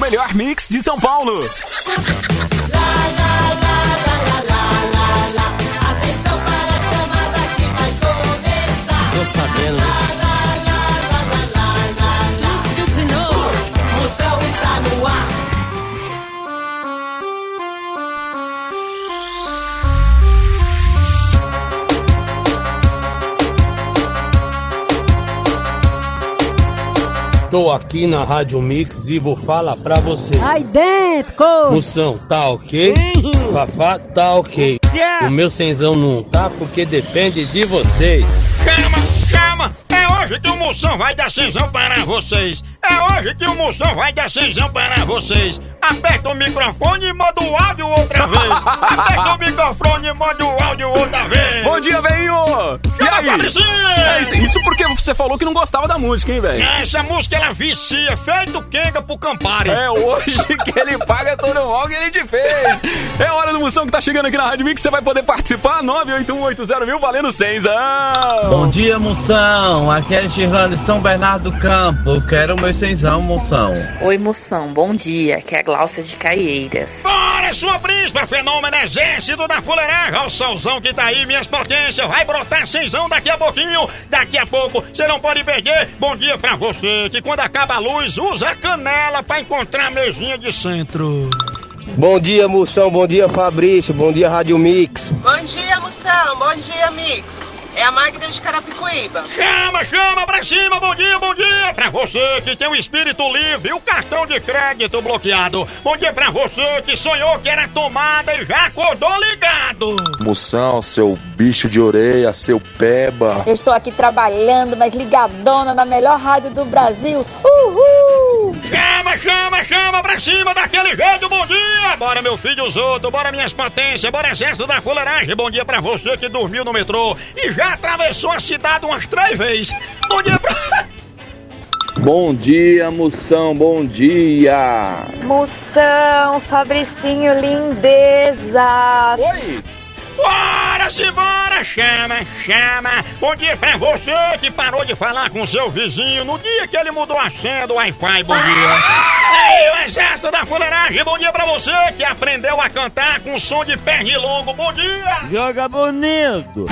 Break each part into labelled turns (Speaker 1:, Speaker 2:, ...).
Speaker 1: melhor mix de São Paulo.
Speaker 2: Tô sabendo.
Speaker 3: Tudo de novo.
Speaker 4: Moção está no ar.
Speaker 5: Tô aqui na Rádio Mix e vou falar pra vocês.
Speaker 6: Aí dentro, co.
Speaker 5: Moção, tá ok? Fafá, tá ok. O meu senzão não tá porque depende de vocês.
Speaker 7: Calma, calma! É hoje que o Moção vai dar cenzão para vocês! É hoje que o Moção vai dar cenzão para vocês! Aperta o microfone e manda o áudio outra vez! Aperta o microfone e manda o áudio outra vez!
Speaker 1: Bom dia, velhinho! E
Speaker 7: Chama a
Speaker 1: aí?
Speaker 7: Fabricinha!
Speaker 1: É isso- Isso porque você falou que não gostava da música, hein, velho?
Speaker 7: Essa música ela vicia, feito quenga pro Campari!
Speaker 1: É hoje que ele paga todo o mal que ele te fez. É hora do Moção que tá chegando aqui na Rádio Mix. Você vai poder participar. 98180 mil valendo 100.
Speaker 2: Bom dia, moção. Aqui é Girlane de São Bernardo do Campo. Quero meu senzão, moção.
Speaker 8: Oi, moção, bom dia, que é a Gláucia de Caieiras.
Speaker 7: Bora, sua prisma, fenômeno exército da fuleiragem. Olha o solzão que tá aí, minhas potências. Vai brotar seisão daqui a pouquinho. Daqui a pouco, você não pode perder. Bom dia pra você, que quando acaba a luz, usa a canela pra encontrar a mesinha de centro.
Speaker 9: Bom dia, Moção. Bom dia, Fabrício. Bom dia, Rádio Mix.
Speaker 10: Bom dia, Moção. Bom dia, Mix. É a Magda de Carapicuíba.
Speaker 7: Chama, chama pra cima, bom dia, bom dia! Pra você que tem o espírito livre e o cartão de crédito bloqueado. Bom dia pra você que sonhou que era tomada e já acordou ligado.
Speaker 11: Moção, seu bicho de orelha, seu peba.
Speaker 6: Eu estou aqui trabalhando, mas ligadona na melhor rádio do Brasil. Uhul!
Speaker 7: Chama, chama, chama pra cima daquele jeito, bom dia! Bora, meu filho, os outros, bora, minhas potências, bora, exército da fuleiragem, bom dia pra você que dormiu no metrô e já atravessou a cidade umas três vezes. Bom dia pra.
Speaker 9: Bom dia, Moção. Bom dia.
Speaker 3: Moção, Fabricinho, lindeza.
Speaker 1: Oi!
Speaker 7: Bora, se bora, chama, chama! Bom dia pra você que parou de falar com seu vizinho no dia que ele mudou a senha do Wi-Fi, bom dia! Ei, o exército da fuleiragem, bom dia pra você que aprendeu a cantar com som de pernilongo, bom dia!
Speaker 9: Joga bonito.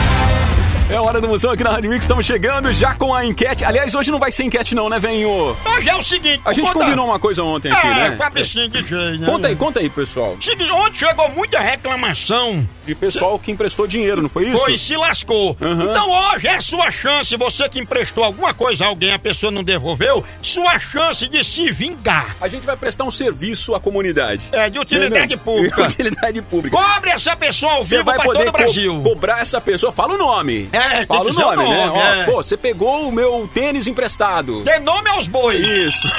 Speaker 1: É hora do Moção aqui na Rádio Mix. Estamos chegando já com a enquete. Aliás, hoje não vai ser enquete não, né, Venho?
Speaker 7: Hoje é o seguinte,
Speaker 1: A gente
Speaker 7: conta-
Speaker 1: combinou uma coisa ontem aqui,
Speaker 7: É,
Speaker 1: né?
Speaker 7: Fabricinho DJ, né?
Speaker 1: Conta aí, conta aí, pessoal.
Speaker 7: Seguinte, ontem chegou muita reclamação,
Speaker 1: De pessoal que emprestou dinheiro, não foi isso?
Speaker 7: pois se lascou.
Speaker 1: Aham.
Speaker 7: Então hoje é sua chance, você que emprestou alguma coisa a alguém, a pessoa não devolveu, sua chance de se vingar.
Speaker 1: A gente vai prestar um serviço à comunidade.
Speaker 7: É, de utilidade
Speaker 1: Entendeu?
Speaker 7: pública.
Speaker 1: Utilidade pública.
Speaker 7: Cobre essa pessoa ao
Speaker 1: Você
Speaker 7: vivo
Speaker 1: vai
Speaker 7: pra
Speaker 1: poder
Speaker 7: todo o Brasil.
Speaker 1: co- cobrar essa pessoa. Fala o nome.
Speaker 7: É, tem
Speaker 1: Fala
Speaker 7: que
Speaker 1: o
Speaker 7: dizer
Speaker 1: nome,
Speaker 7: o
Speaker 1: né?
Speaker 7: nome,
Speaker 1: Ó,
Speaker 7: é.
Speaker 1: Pô, você pegou o meu tênis emprestado.
Speaker 7: Dê nome aos bois.
Speaker 1: Isso.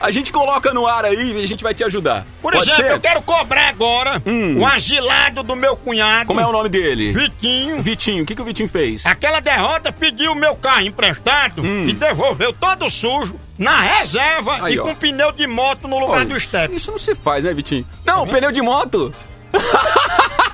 Speaker 1: a gente coloca no ar aí e a gente vai te ajudar.
Speaker 7: Por
Speaker 1: Pode
Speaker 7: exemplo,
Speaker 1: ser?
Speaker 7: eu quero cobrar agora
Speaker 1: Hum.
Speaker 7: o asilado do meu cunhado,
Speaker 1: Como é o nome dele?
Speaker 7: Vitinho.
Speaker 1: Vitinho. O que, que o Vitinho fez?
Speaker 7: Aquela derrota pediu meu carro emprestado e devolveu todo sujo, na reserva
Speaker 1: Hum. Aí,
Speaker 7: e
Speaker 1: ó.
Speaker 7: com pneu de moto no
Speaker 1: Pô,
Speaker 7: lugar do
Speaker 1: isso-
Speaker 7: step. Tá
Speaker 1: Isso não se faz, né, Vitinho? Não, pneu de moto.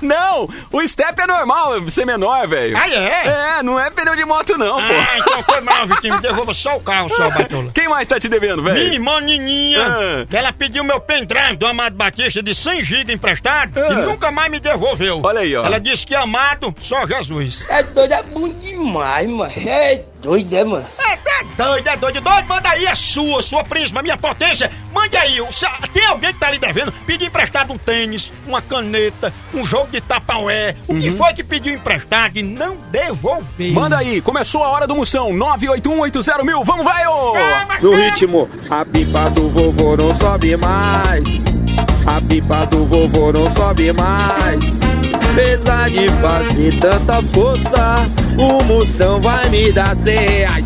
Speaker 1: não, o step é normal, é ser menor, velho.
Speaker 7: Ah, é?
Speaker 1: É, não é pneu de moto não,
Speaker 7: Ah,
Speaker 1: pô.
Speaker 7: então foi mal, Vitinho. Me devolva só o carro, só, Batola.
Speaker 1: Quem mais tá te devendo,
Speaker 7: Minha
Speaker 1: velho?
Speaker 7: irmã Nininha,
Speaker 1: Ah.
Speaker 7: que ela pediu meu pendrive do Amado Batista de 100 GB emprestado
Speaker 1: Ah.
Speaker 7: e nunca mais me devolveu.
Speaker 1: Olha aí, ó.
Speaker 7: Ela disse que amado só Jesus.
Speaker 9: É doido, é bom demais, mano. É doido, é, mano.
Speaker 7: É, tá doido, é doido, doido. Manda aí a sua, sua prisma, minha potência. Mande aí. o- se- Tem alguém que tá lhe devendo? Pediu emprestado um tênis, uma caneta, um jogo de tapaué. O que foi que pediu emprestado e não devolveu?
Speaker 1: Manda aí, começou a hora do moção. 98180 mil, vamos, velho!
Speaker 7: Calma,
Speaker 9: No
Speaker 7: calma.
Speaker 9: ritmo, a pipa do vovô não sobe mais. A pipa do vovô não sobe mais. Apesar de fazer tanta força, o moção vai me dar cem reais.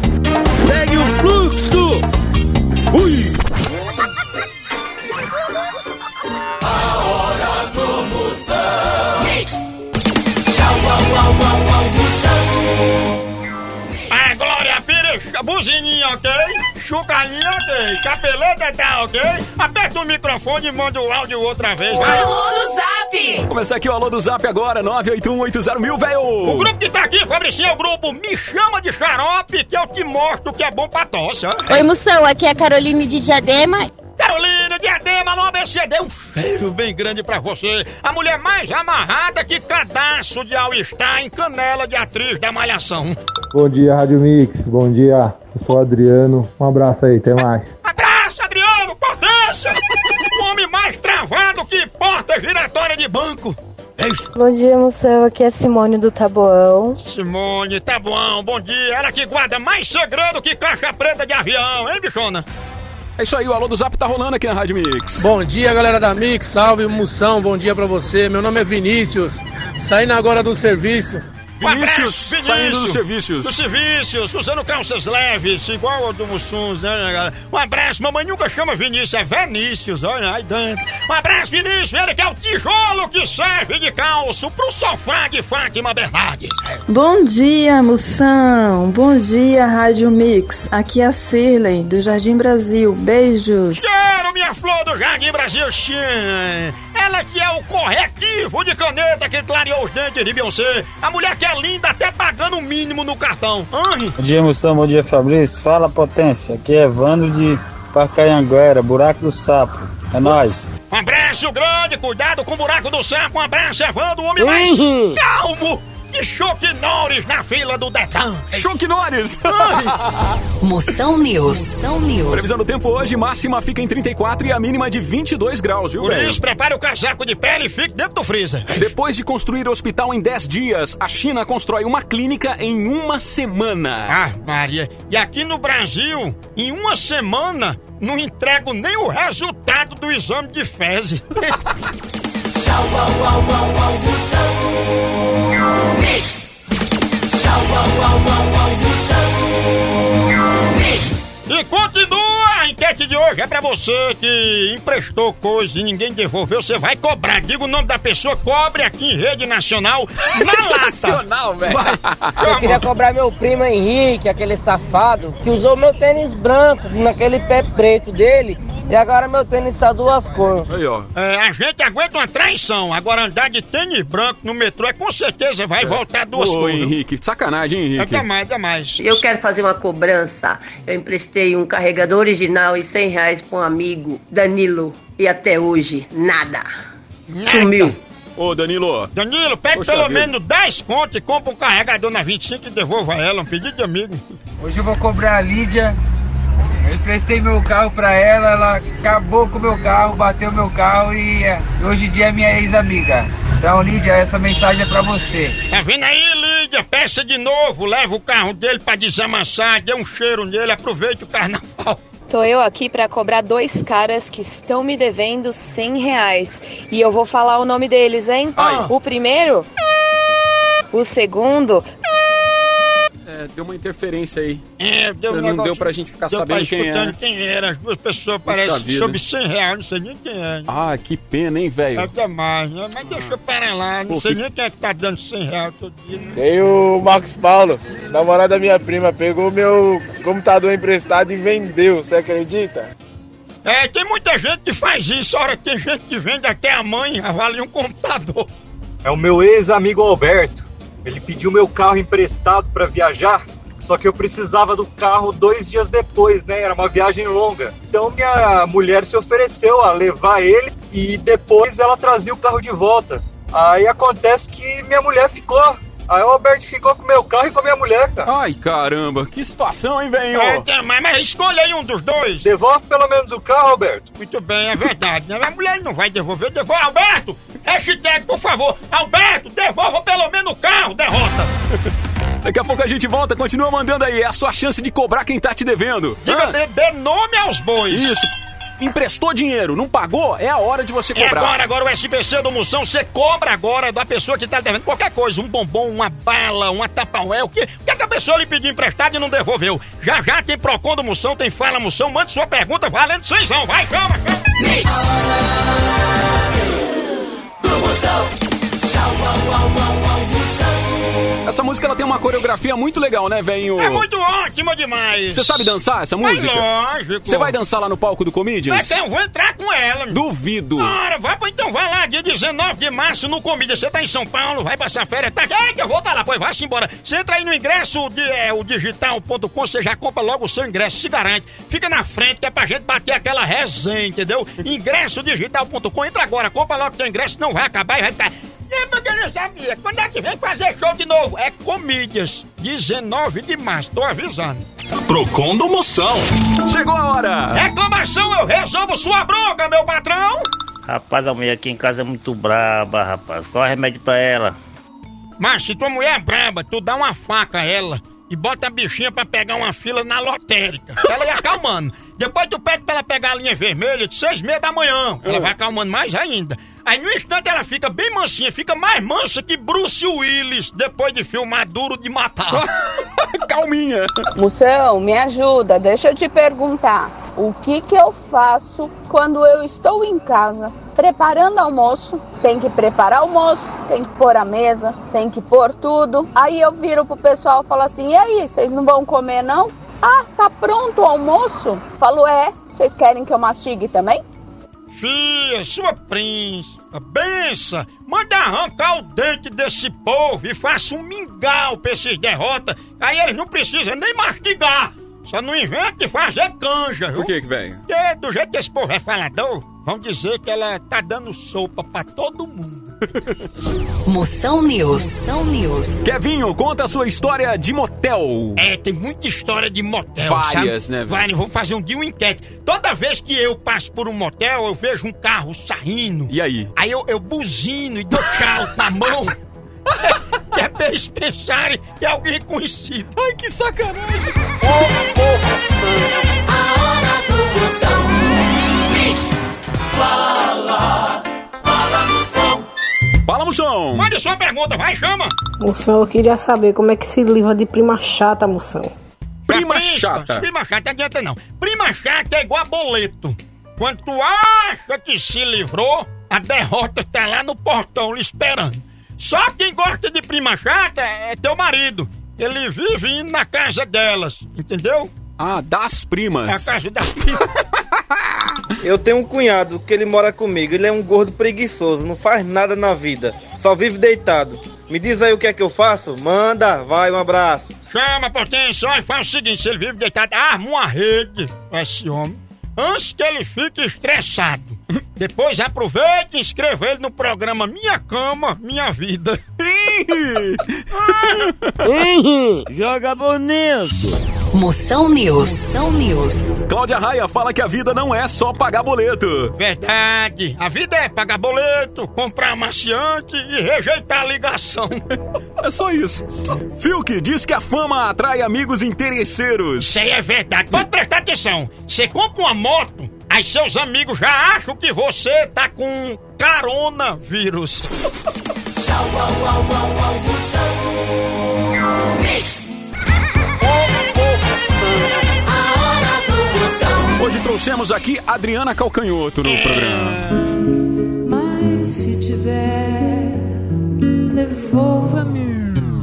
Speaker 9: Segue o fluxo! Ui!
Speaker 7: A Ah, Glória Pires, buzininha, ok? Chucalinha, ok? Capeleta tá, ok? Aperta o microfone e manda o áudio outra vez, vai.
Speaker 3: Tudo zap,
Speaker 1: Vamos Começar aqui o Alô do Zap agora, 98180 mil, velho!
Speaker 7: O grupo que tá aqui, Fabrício, é o grupo Me Chama de Xarope, que eu te mostro que é bom pra tosse. ó.
Speaker 12: Oi, Moção, aqui é a Caroline de Diadema.
Speaker 7: Carolina Diadema, no ABCD, um cheiro bem grande pra você. A mulher mais amarrada que cadastro de All-Star em canela de atriz da Malhação.
Speaker 13: Bom dia, Rádio Mix. Bom dia, eu sou o Adriano. Um abraço aí, até mais.
Speaker 7: Abraço, Adriano, potência! O homem mais travado que porta giratória de banco.
Speaker 14: Bom dia, moção. Aqui é Simone do Taboão.
Speaker 7: Simone, tá bom, bom dia. Ela que guarda mais segredo que caixa preta de avião, hein, bichona?
Speaker 1: É isso aí, o Alô do Zap tá rolando aqui na Rádio Mix.
Speaker 5: Bom dia, galera da Mix. Salve, Moção. Bom dia pra você. Meu nome é Vinícius. Saindo agora do serviço.
Speaker 7: Um Vinícius,
Speaker 1: saindo dos serviços.
Speaker 7: Dos serviços, usando calças leves, igual ao do Mussuns, né, galera? Um abraço, mamãe nunca chama Vinícius, é Vinícius, olha aí dentro. Um abraço, Vinícius, ele que é o tijolo que serve de calço pro sofá de Fátima Bernardes.
Speaker 15: Bom dia, moção. Bom dia, Rádio Mix. Aqui é a Cirlei, do Jardim Brasil. Beijos.
Speaker 7: Cheiro, minha flor do Jardim Brasil, xin. Ela que é o corretivo de caneta que clareou os dentes de Beyoncé. A mulher que é linda até pagando o mínimo no cartão. Anre.
Speaker 16: Bom dia, moção. Bom dia, Fabrício. Fala, potência. Aqui é Evandro de Parcaianguera, Buraco do Sapo. É nóis.
Speaker 7: Um abraço grande, cuidado com o buraco do sapo. Um abraço, Evandro, o homem mais
Speaker 16: Uhum.
Speaker 7: calmo. E Chuck Norris na fila do Detran.
Speaker 1: Chuck Norris!
Speaker 17: Moção News. Moção News.
Speaker 1: Previsão do tempo hoje, máxima fica em 34 e a mínima de 22 graus, viu,
Speaker 7: Por
Speaker 1: velho?
Speaker 7: isso, prepare o casaco de pele e fique dentro do freezer.
Speaker 1: Depois de construir hospital em 10 dias, a China constrói uma clínica em uma semana.
Speaker 7: Ah, Maria. E aqui no Brasil, em uma semana, não entrego nem o resultado do exame de fezes.
Speaker 4: Tchau, au, au, au, au, moção. Mix. Tchau, au, au, au, au, moção. Mix.
Speaker 7: E continua! A enquete de hoje é pra você que emprestou coisa e ninguém devolveu, você vai cobrar. Diga o nome da pessoa, cobre aqui em rede nacional na lata.
Speaker 1: Nacional, velho.
Speaker 18: Eu queria cobrar meu primo Henrique, aquele safado, que usou meu tênis branco naquele pé preto dele e agora meu tênis tá duas cores.
Speaker 1: Aí, ó.
Speaker 7: É, a gente aguenta uma traição. Agora andar de tênis branco no metrô é com certeza vai voltar duas
Speaker 1: Ô,
Speaker 7: coisas. É
Speaker 1: Henrique, sacanagem, hein, Henrique.
Speaker 7: Até mais, até mais.
Speaker 19: Eu quero fazer uma cobrança. Eu emprestei um carregador original e 100 reais pra um amigo, Danilo. E até hoje, nada.
Speaker 7: Sumiu.
Speaker 1: Ô, Danilo.
Speaker 7: Danilo, pega
Speaker 1: Poxa
Speaker 7: pelo
Speaker 1: vida.
Speaker 7: menos 10 conto e compra um carregador na 25 e devolva ela, um pedido de amigo.
Speaker 20: Hoje eu vou cobrar a Lídia. Eu emprestei meu carro pra ela, ela acabou com o meu carro, bateu meu carro e é, hoje em dia é minha ex-amiga. Então, Lídia, essa mensagem é pra você.
Speaker 7: Tá vendo aí, Lídia? Peça de novo, leva o carro dele pra desamassar, dê um cheiro nele, aproveita o carnaval.
Speaker 14: Tô eu aqui pra cobrar dois caras que estão me devendo 100 reais. E eu vou falar o nome deles, hein? O primeiro. O segundo.
Speaker 1: É, deu uma interferência aí.
Speaker 7: É, deu um
Speaker 1: Não
Speaker 7: negócio-
Speaker 1: deu pra gente ficar
Speaker 7: deu
Speaker 1: sabendo
Speaker 7: pra
Speaker 1: quem
Speaker 7: escutando
Speaker 1: é.
Speaker 7: quem era. As duas pessoas parecem
Speaker 1: vida.
Speaker 7: sob 100 reais, não sei nem quem é.
Speaker 1: Ah, que pena, hein, velho.
Speaker 7: Até mais, né? Mas deixa eu parar lá, não
Speaker 1: Pô,
Speaker 7: sei
Speaker 1: fica-
Speaker 7: nem quem é que tá dando 100 reais todo dia. né?
Speaker 21: Tem o Marcos Paulo, namorado da minha prima, pegou meu computador emprestado e vendeu, você acredita?
Speaker 7: É, tem muita gente que faz isso, ora tem gente que vende até a mãe, avalia um computador.
Speaker 22: É o meu ex-amigo Alberto. Ele pediu meu carro emprestado para viajar, só que eu precisava do carro dois dias depois, né? Era uma viagem longa. Então minha mulher se ofereceu a levar ele e depois ela trazia o carro de volta. Aí acontece que minha mulher ficou. Aí o Alberto ficou com meu carro e com a minha mulher, cara.
Speaker 1: Ai, caramba, que situação, hein, velho?
Speaker 7: É, tem- mas, mas escolha aí um dos dois.
Speaker 22: Devolve pelo menos o carro, Alberto.
Speaker 7: Muito bem, é verdade, né? A mulher não vai devolver, devolve. Alberto, hashtag, por favor. Alberto, devolva pelo menos o carro, derrota.
Speaker 1: Daqui a pouco a gente volta, continua mandando aí. É a sua chance de cobrar quem tá te devendo.
Speaker 7: Diga, dê, dê nome aos bois.
Speaker 1: Isso. Emprestou dinheiro, não pagou? É a hora de você
Speaker 7: É
Speaker 1: cobrar.
Speaker 7: agora, agora o SBC do Moção, você cobra agora da pessoa que tá devendo qualquer coisa, um bombom, uma bala, uma tapaué, o que, o que é que a pessoa lhe pediu emprestado e não devolveu. Já já tem Procon do Moção, tem Fala Moção, mande sua pergunta valendo seisão, vai, calma, calma.
Speaker 4: Do moção. Tchau, au, au, au, au, moção.
Speaker 1: Essa música ela tem uma coreografia muito legal, né, velho?
Speaker 7: É muito ótima demais.
Speaker 1: Você sabe dançar essa música?
Speaker 7: Mas lógico.
Speaker 1: Você vai dançar lá no palco do Comedians?
Speaker 7: Mas eu vou entrar com ela.
Speaker 1: Duvido.
Speaker 7: Ora, vai, pô, então vai lá, dia 19 de março no Comedians. Você tá em São Paulo, vai passar férias, tá? É que eu vou estar lá, pois vai-se embora. Você entra aí no ingresso, de, é, o digital.com, você já compra logo o seu ingresso, se garante. Fica na frente, que é pra gente bater aquela resenha, entendeu? Ingresso digital.com, entra agora, compra logo o seu ingresso, não vai acabar e vai ficar... É porque eu não sabia. Quando é que vem fazer show de novo? É Comídias, 19 de março, tô avisando.
Speaker 1: Procon do Moção. Chegou a hora.
Speaker 7: Reclamação, eu resolvo sua bronca, meu patrão.
Speaker 2: Rapaz, a mulher aqui em casa é muito braba, rapaz. Qual é o remédio pra ela?
Speaker 7: Mas se tua mulher é braba, tu dá uma faca a ela e bota a bichinha pra pegar uma fila na lotérica. Ela ia acalmando. Depois tu pede pra ela pegar a linha vermelha de seis e meia da manhã. Ela vai acalmando mais ainda. Aí no instante ela fica bem mansinha, fica mais mansa que Bruce Willis depois de filmar Duro de Matar. É.
Speaker 1: Calminha.
Speaker 8: Moção, me ajuda, deixa eu te perguntar. O que que eu faço quando eu estou em casa preparando almoço? Tem que preparar almoço, tem que pôr a mesa, tem que pôr tudo. Aí eu viro pro pessoal e falo assim: e aí, vocês não vão comer não? Ah, tá pronto o almoço? Falo, é, vocês querem que eu mastigue também?
Speaker 7: Fia, sua príncipa, bença, manda arrancar o dente desse povo e faça um mingau pra esses derrotas. Aí eles não precisam nem mastigar. Só não invente de fazer é canja, viu?
Speaker 1: O que que vem?
Speaker 7: Porque do jeito que esse povo é falador, vão dizer que ela tá dando sopa pra todo mundo.
Speaker 17: Moção News. Moção News.
Speaker 1: Kevinho, conta a sua história de motel.
Speaker 7: É, tem muita história de motel,
Speaker 1: Várias,
Speaker 7: sabe?
Speaker 1: né, velho?
Speaker 7: Várias, vou fazer um dia uma enquete. Toda vez que eu passo por um motel, eu vejo um carro saindo.
Speaker 1: E aí?
Speaker 7: Aí eu, eu buzino e dou tchau na mão. Que é pra eles pensarem que é alguém conhecido.
Speaker 1: Ai, que sacanagem. Fala, Moção.
Speaker 7: Mande sua pergunta, vai, chama.
Speaker 23: Moção, eu queria saber como é que se livra de prima chata, moção.
Speaker 1: Prima
Speaker 7: Príncipa,
Speaker 1: chata.
Speaker 7: Prima chata, adianta não. Prima chata é igual a boleto. Quando tu acha que se livrou, a derrota tá lá no portão lhe esperando. Só quem gosta de prima chata é teu marido. Ele vive indo na casa delas, entendeu?
Speaker 1: Ah, das primas.
Speaker 7: É a casa das primas.
Speaker 24: Eu tenho um cunhado que ele mora comigo. Ele é um gordo preguiçoso, não faz nada na vida, só vive deitado. Me diz aí o que é que eu faço? Manda, vai, um abraço.
Speaker 7: Chama, potência, e faz o seguinte, se ele vive deitado, arma uma rede pra esse homem, antes que ele fique estressado. Depois aproveita e inscreva ele no programa Minha Cama, Minha Vida.
Speaker 25: Joga bonito.
Speaker 17: Moção News. Moção News.
Speaker 1: Cláudia Raia fala que a vida não é só pagar boleto.
Speaker 7: Verdade, a vida é pagar boleto, comprar maciante e rejeitar ligação.
Speaker 1: É só isso. Filk diz que a fama atrai amigos interesseiros.
Speaker 7: Isso aí é verdade. Pode prestar atenção. Você compra uma moto, aí seus amigos já acham que você tá com coronavírus.
Speaker 4: Tchau, au, au, au, au, moção. Mix.
Speaker 1: Hoje trouxemos aqui Adriana Calcanhoto no programa.
Speaker 4: Mas se tiver, devolva-me.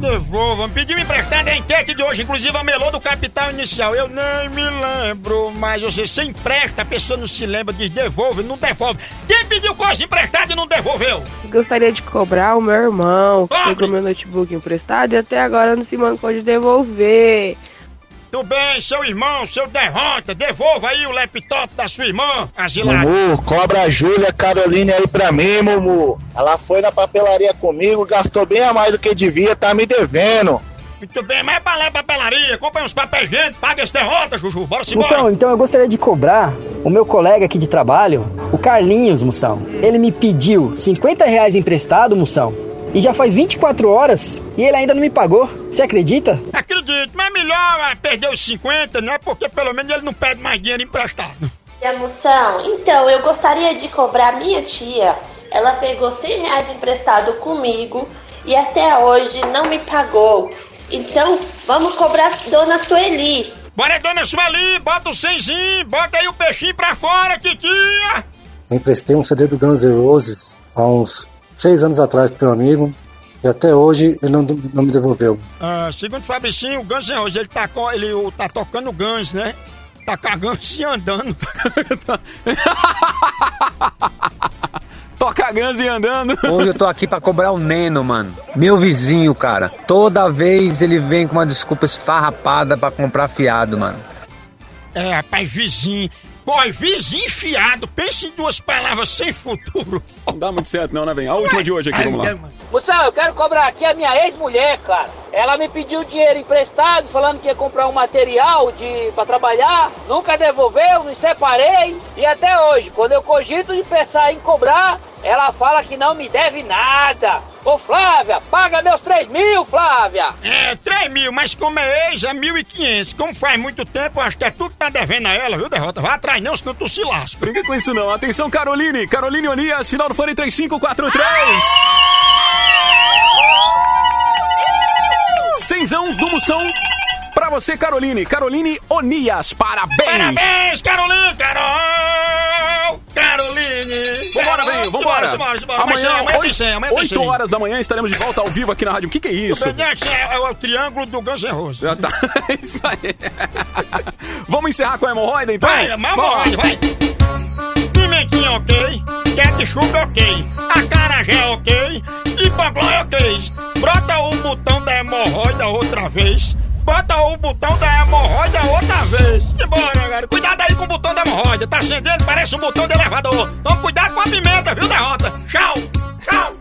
Speaker 7: Devolvam. Pediu emprestado a enquete de hoje, inclusive a melô do Capital Inicial. Eu nem me lembro, mas você se empresta, a pessoa não se lembra, diz devolve, não devolve. Quem pediu coisa emprestada e não devolveu?
Speaker 23: Gostaria de cobrar o meu irmão, que
Speaker 7: Cobre.
Speaker 23: pegou meu notebook emprestado e até agora não se mancou de devolver.
Speaker 7: Tudo bem, seu irmão, seu derrota, devolva aí o laptop da sua irmã, asilada.
Speaker 21: Mumu, cobra a Júlia Caroline aí pra mim, Mumu. Ela foi na papelaria comigo, gastou bem a mais do que devia, tá me devendo.
Speaker 7: Muito bem, mas pra lá, papelaria, compra uns papéis gente, paga esse derrota, Juju, bora se
Speaker 26: Moção, então eu gostaria de cobrar o meu colega aqui de trabalho, o Carlinhos, Moção. Ele me pediu 50 reais emprestado, Moção, e já faz 24 horas e ele ainda não me pagou. Você acredita?
Speaker 7: Acredito, mas melhor ah, perder os 50, né? Porque pelo menos ele não pede mais dinheiro emprestado.
Speaker 27: E a moção, então, eu gostaria de cobrar minha tia. Ela pegou 100 reais emprestado comigo e até hoje não me pagou. Então, vamos cobrar Dona Sueli.
Speaker 7: Bora, dona Sueli, bota o cenzinho, bota aí o peixinho pra fora, titia!
Speaker 28: Eu emprestei um CD do Guns N' Roses há uns seis anos atrás pro meu amigo.
Speaker 21: E até hoje ele não, não me devolveu.
Speaker 7: Ah, segundo o Fabricinho, o Guns N' Roses, ele tá, co- ele o- tá tocando Guns, né? Tá cagando e andando.
Speaker 1: Toca Guns e andando.
Speaker 3: Hoje eu tô aqui pra cobrar o Neno, mano. Meu vizinho, cara. Toda vez ele vem com uma desculpa esfarrapada pra comprar fiado, mano.
Speaker 7: É, rapaz, vizinho. Boy, vizinho fiado. Pensa em duas palavras sem futuro.
Speaker 1: Não dá muito certo não, né, vem? A última de hoje aqui, vamos lá.
Speaker 18: Moção, eu quero cobrar aqui a minha ex-mulher, cara. Ela me pediu dinheiro emprestado, falando que ia comprar um material de para trabalhar. Nunca devolveu, me separei. E até hoje, quando eu cogito de pensar em cobrar, ela fala que não me deve nada. Ô Flávia, paga meus 3 mil, Flávia!
Speaker 7: É, 3 mil, mas como é ex, é 1.500. Como faz muito tempo, eu acho que é tu que tá devendo a ela, viu, Derrota? Vai atrás não, senão tu se lasca.
Speaker 1: Brinca com isso não. Atenção, Caroline. Caroline Onias, final do Fone 3543. Seisão do Moção pra você, Caroline. Caroline Onias, parabéns.
Speaker 7: Parabéns, Caroline! Carol! Caroline!
Speaker 1: Vambora,
Speaker 7: Carol,
Speaker 1: vem, vambora.
Speaker 7: Vambora, vambora.
Speaker 1: Amanhã,
Speaker 7: Amanhã, amanhã tem
Speaker 1: 8,
Speaker 7: senha, amanhã tem senha.
Speaker 1: horas da manhã, estaremos de volta ao vivo aqui na rádio. O que, que é isso?
Speaker 7: Bem, É, é o triângulo do Guns N' Roses.
Speaker 1: Já tá. É isso aí. Vamos encerrar com a hemorroida, então?
Speaker 7: Vai, mal
Speaker 1: Vamos.
Speaker 7: vai, vai. Pimentinha, ok. Ketchup, ok. Acarajé, ok. Hipogló, ok. Bota o botão da hemorroida outra vez. Bota o botão da hemorroida outra vez. Embora, galera. Cuidado aí com o botão da hemorroida. Tá acendendo, parece um botão de elevador. Então cuidado com a pimenta, viu, derrota? Tchau, tchau.